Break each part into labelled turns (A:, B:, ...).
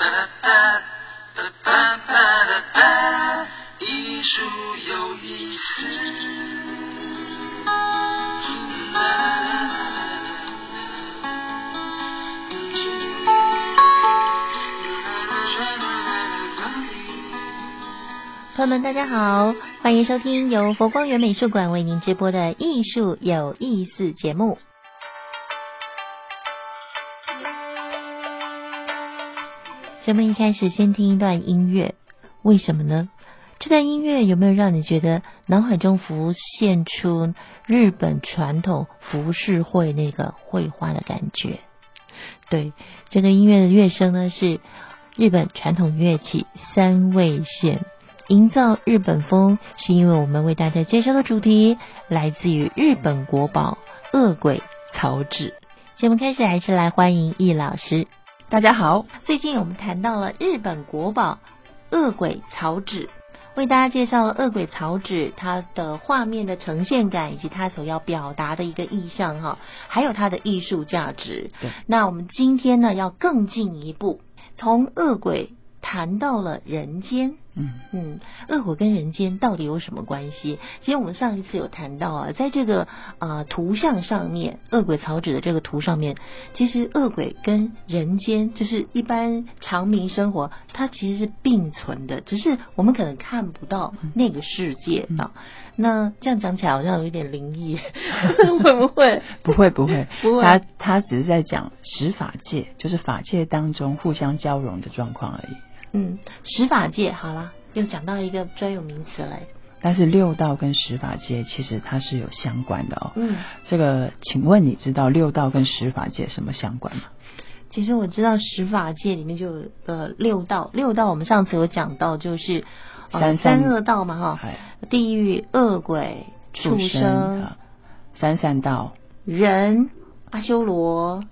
A: 哒哒哒哒哒哒，艺术有意思。
B: 朋友们，大家好，欢迎收听由佛光园美术馆为您直播的《艺术有意思》节目。节目一开始先听一段音乐，为什么呢？这段音乐有没有让你觉得脑海中浮现出日本传统浮世绘那个绘画的感觉？对，这个音乐的乐声呢是日本传统乐器三味线。营造日本风，是因为我们为大家介绍的主题来自于日本国宝恶鬼草纸。节目开始还是来欢迎易老师。
C: 大家好，
B: 最近我们谈到了日本国宝恶鬼草纸，为大家介绍了恶鬼草纸它的画面的呈现感，以及它所要表达的一个意象哈，还有它的艺术价值。那我们今天呢要更进一步，从恶鬼谈到了人间。
C: 嗯，
B: 嗯，恶鬼跟人间到底有什么关系？其实我们上一次有谈到啊，在这个呃图像上面，恶鬼草纸的这个图上面，其实恶鬼跟人间就是一般常民生活，它其实是并存的，只是我们可能看不到那个世界啊。那这样讲起来好像有一点灵异，会不会？，
C: 不会不会
B: 不会
C: 他他只是在讲十法界，就是法界当中互相交融的状况而已。
B: 嗯，十法界好啦，又讲到一个专有名词嘞。
C: 但是六道跟十法界其实它是有相关的哦。
B: 嗯。
C: 这个，请问你知道六道跟十法界什么相关吗？
B: 其实我知道十法界里面就有呃六道，六道我们上次有讲到，就是呃
C: 三
B: 三
C: 三
B: 恶道嘛哈，
C: 哎，
B: 地狱、恶鬼、畜生、
C: 啊，三善道、
B: 人、阿修罗、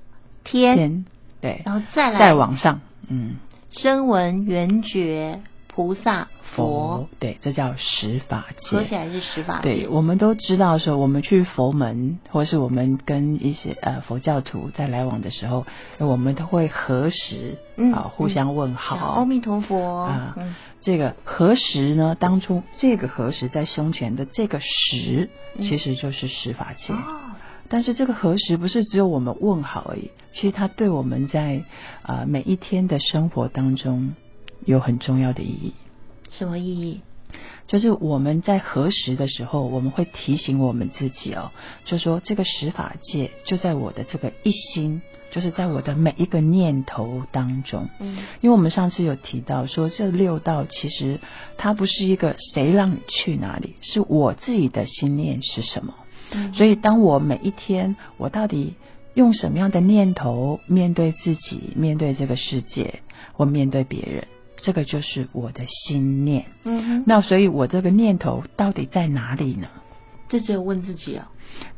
B: 天，
C: 天，对，
B: 然后再来
C: 再往上，嗯，
B: 声闻、缘觉、菩萨、佛，
C: 对，这叫十法界。
B: 合起来是十法
C: 对，
B: 界。
C: 我们都知道说，我们去佛门，或是我们跟一些呃佛教徒在来往的时候，我们都会核实啊、
B: 嗯
C: 互相问好。
B: 讲阿弥陀佛
C: 啊
B: 嗯
C: 这个核实呢，当初这个核实在胸前的这个实，
B: 嗯
C: 其实就是十法界。
B: 哦，
C: 但是这个核实不是只有我们问好而已，其实它对我们在啊、呃每一天的生活当中有很重要的意义。
B: 什么意义？
C: 就是我们在核实的时候，我们会提醒我们自己哦，就说这个十法界就在我的这个一心，就是在我的每一个念头当中。
B: 嗯
C: 因为我们上次有提到说，这六道其实它不是一个谁让你去哪里，是我自己的心念是什么。
B: 嗯
C: 所以，当我每一天，我到底用什么样的念头面对自己，面对这个世界，或面对别人，这个就是我的心念。
B: 嗯哼，
C: 那所以，我这个念头到底在哪里呢？
B: 这只有问自己啊，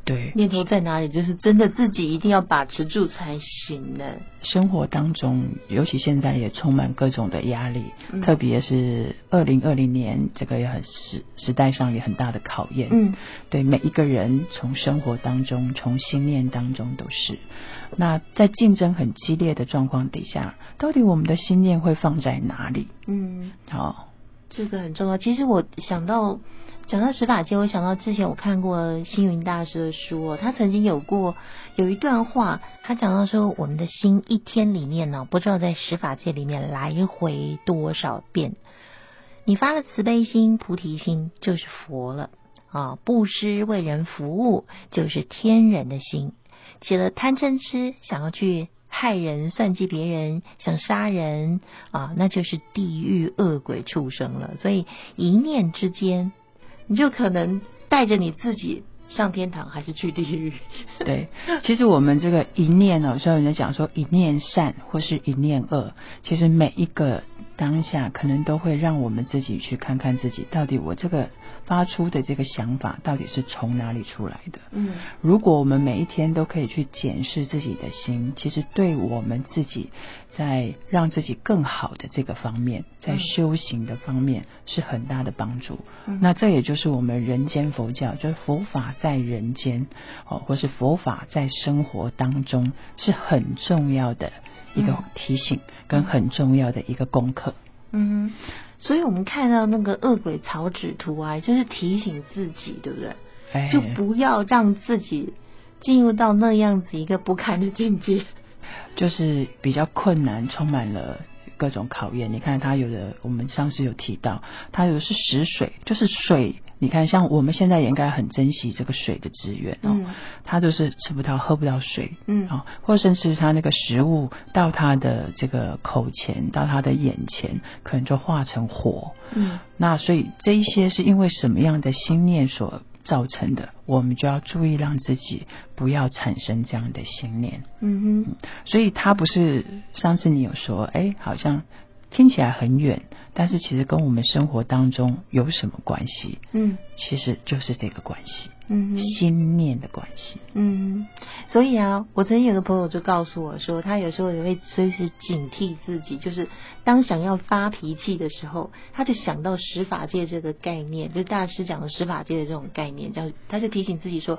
C: 对，
B: 念头在哪里？就是真的自己一定要把持住才行呢。
C: 生活当中，尤其现在也充满各种的压力，
B: 嗯
C: 特别是二零二零年，这个也很时时代上也很大的考验。
B: 嗯，
C: 对每一个人，从生活当中，从心念当中都是。那在竞争很激烈的状况底下，到底我们的心念会放在哪里？哦
B: 嗯，
C: 好、
B: 这个很重要。其实我想到讲到十法界，我想到之前我看过星云大师的书、哦，他曾经有过有一段话，他讲到说，我们的心一天里面呢、不知道在十法界里面来回多少遍。你发了慈悲心、菩提心，就是佛了啊！布施为人服务，就是天人的心。起了贪嗔痴，想要去害人、算计别人、想杀人啊，那就是地狱恶鬼畜生了。所以一念之间，你就可能带着你自己上天堂，还是去地狱。
C: 对，其实我们这个一念哦，虽然人家讲说一念善或是一念恶，其实每一个当下可能都会让我们自己去看看自己到底我这个发出的这个想法到底是从哪里出来的。
B: 嗯
C: 如果我们每一天都可以去检视自己的心，其实对我们自己在让自己更好的这个方面，在
B: 嗯
C: 修行的方面是很大的帮助。
B: 嗯
C: 那这也就是我们人间佛教，就是佛法在人间哦，或是佛法在生活当中是很重要的一个
B: 嗯
C: 提醒跟很重要的一个功课。
B: 嗯哼，所以我们看到那个恶鬼草纸图啊，就是提醒自己，对不对？
C: 哎，
B: 就不要让自己进入到那样子一个不堪的境界。
C: 就是比较困难，充满了各种考验。你看，它有的我们上次有提到，它有的是食水，就是水。你看，像我们现在也应该很珍惜这个水的资源哦，
B: 嗯
C: 它就是吃不到、喝不到水，
B: 嗯
C: 哦，或甚至它那个食物到它的这个口前，到它的眼前，可能就化成火。
B: 嗯
C: 那所以这一些是因为什么样的心念所造成的，我们就要注意让自己不要产生这样的心念。
B: 嗯哼，
C: 所以它不是上次你有说，哎，好像听起来很远，但是其实跟我们生活当中有什么关系？
B: 嗯
C: 其实就是这个关系，
B: 嗯 哼。
C: 心念的关系。
B: 嗯，所以啊，我曾经有个朋友就告诉我说，他有时候也会随时警惕自己，就是当想要发脾气的时候，他就想到十法界这个概念，就是大师讲的十法界的这种概念，这样他就提醒自己说。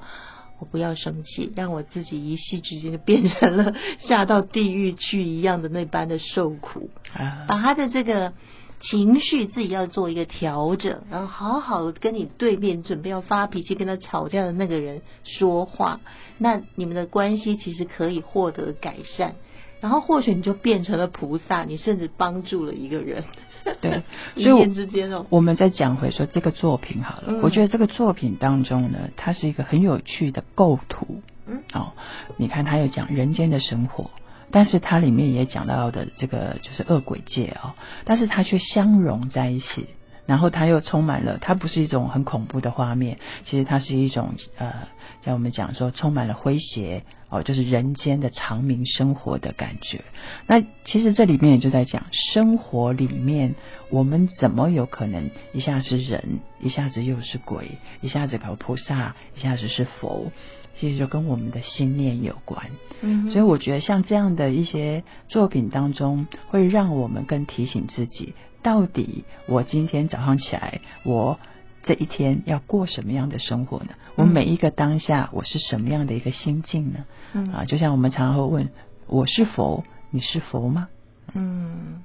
B: 我不要生气，让我自己一夕之间就变成了 下到地狱去一样的那般的受苦。
C: 啊、
B: 把他的这个情绪自己要做一个调整，然后好好跟你对面准备要发脾气跟他吵架的那个人说话，那你们的关系其实可以获得改善，然后或许你就变成了菩萨，你甚至帮助了一个人。
C: 对
B: 一
C: 所以我
B: 念之间哦，
C: 我们再讲回说这个作品好了，
B: 嗯
C: 我觉得这个作品当中呢，它是一个很有趣的构图。
B: 嗯，
C: 哦，你看它有讲人间的生活，但是它里面也讲到的这个就是恶鬼界哦，但是它却相融在一起。然后它又充满了，它不是一种很恐怖的画面，其实它是一种呃，像我们讲说充满了诙谐哦，就是人间的长明生活的感觉。那其实这里面也就在讲生活里面，我们怎么有可能一下是人，一下子又是鬼，一下子搞菩萨，一下子是佛，其实就跟我们的心念有关。
B: 嗯哼
C: 所以我觉得像这样的一些作品当中，会让我们更提醒自己，到底我今天早上起来，我这一天要过什么样的生活呢？我
B: 嗯
C: 每一个当下，我是什么样的一个心境呢？
B: 嗯
C: 啊，就像我们常常会问，我是佛，你是佛吗？
B: 嗯，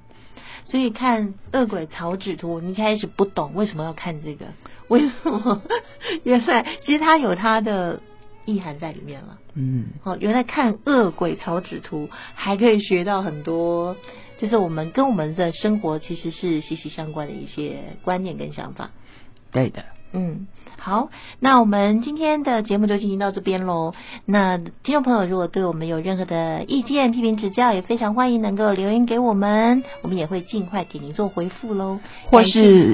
B: 所以看恶鬼草纸图，你一开始不懂为什么要看这个，为什么？ 原来其实它有它的意涵在里面了。
C: 嗯，
B: 哦，原来看恶鬼草纸图还可以学到很多，就是我们跟我们的生活其实是息息相关的一些观念跟想法。
C: 对的。
B: 嗯，好，那我们今天的节目就进行到这边喽。那听众朋友如果对我们有任何的意见、批评、指教，也非常欢迎能够留言给我们，我们也会尽快给您做回复喽。
C: 或是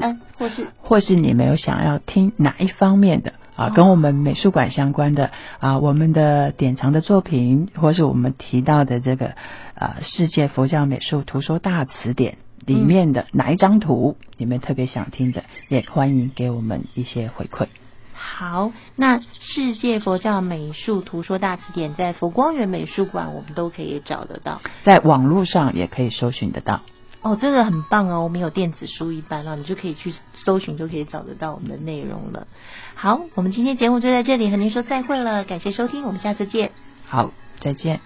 B: 感谢嗯，或是
C: 或是你们有想要听哪一方面的啊，
B: 哦
C: 跟我们美术馆相关的啊，我们的典藏的作品，或是我们提到的这个呃世界佛教美术图说大词典里面的哪一张图，你们特别想听的，也欢迎给我们一些回馈。
B: 好，那世界佛教美术图说大词典在佛光园美术馆，我们都可以找得到。
C: 在网络上也可以搜寻得到。
B: 哦，这个很棒哦！我们有电子书一般哦，你就可以去搜寻，就可以找得到我们的内容了。好，我们今天节目就在这里，和您说再会了，感谢收听，我们下次见。
C: 好，再见。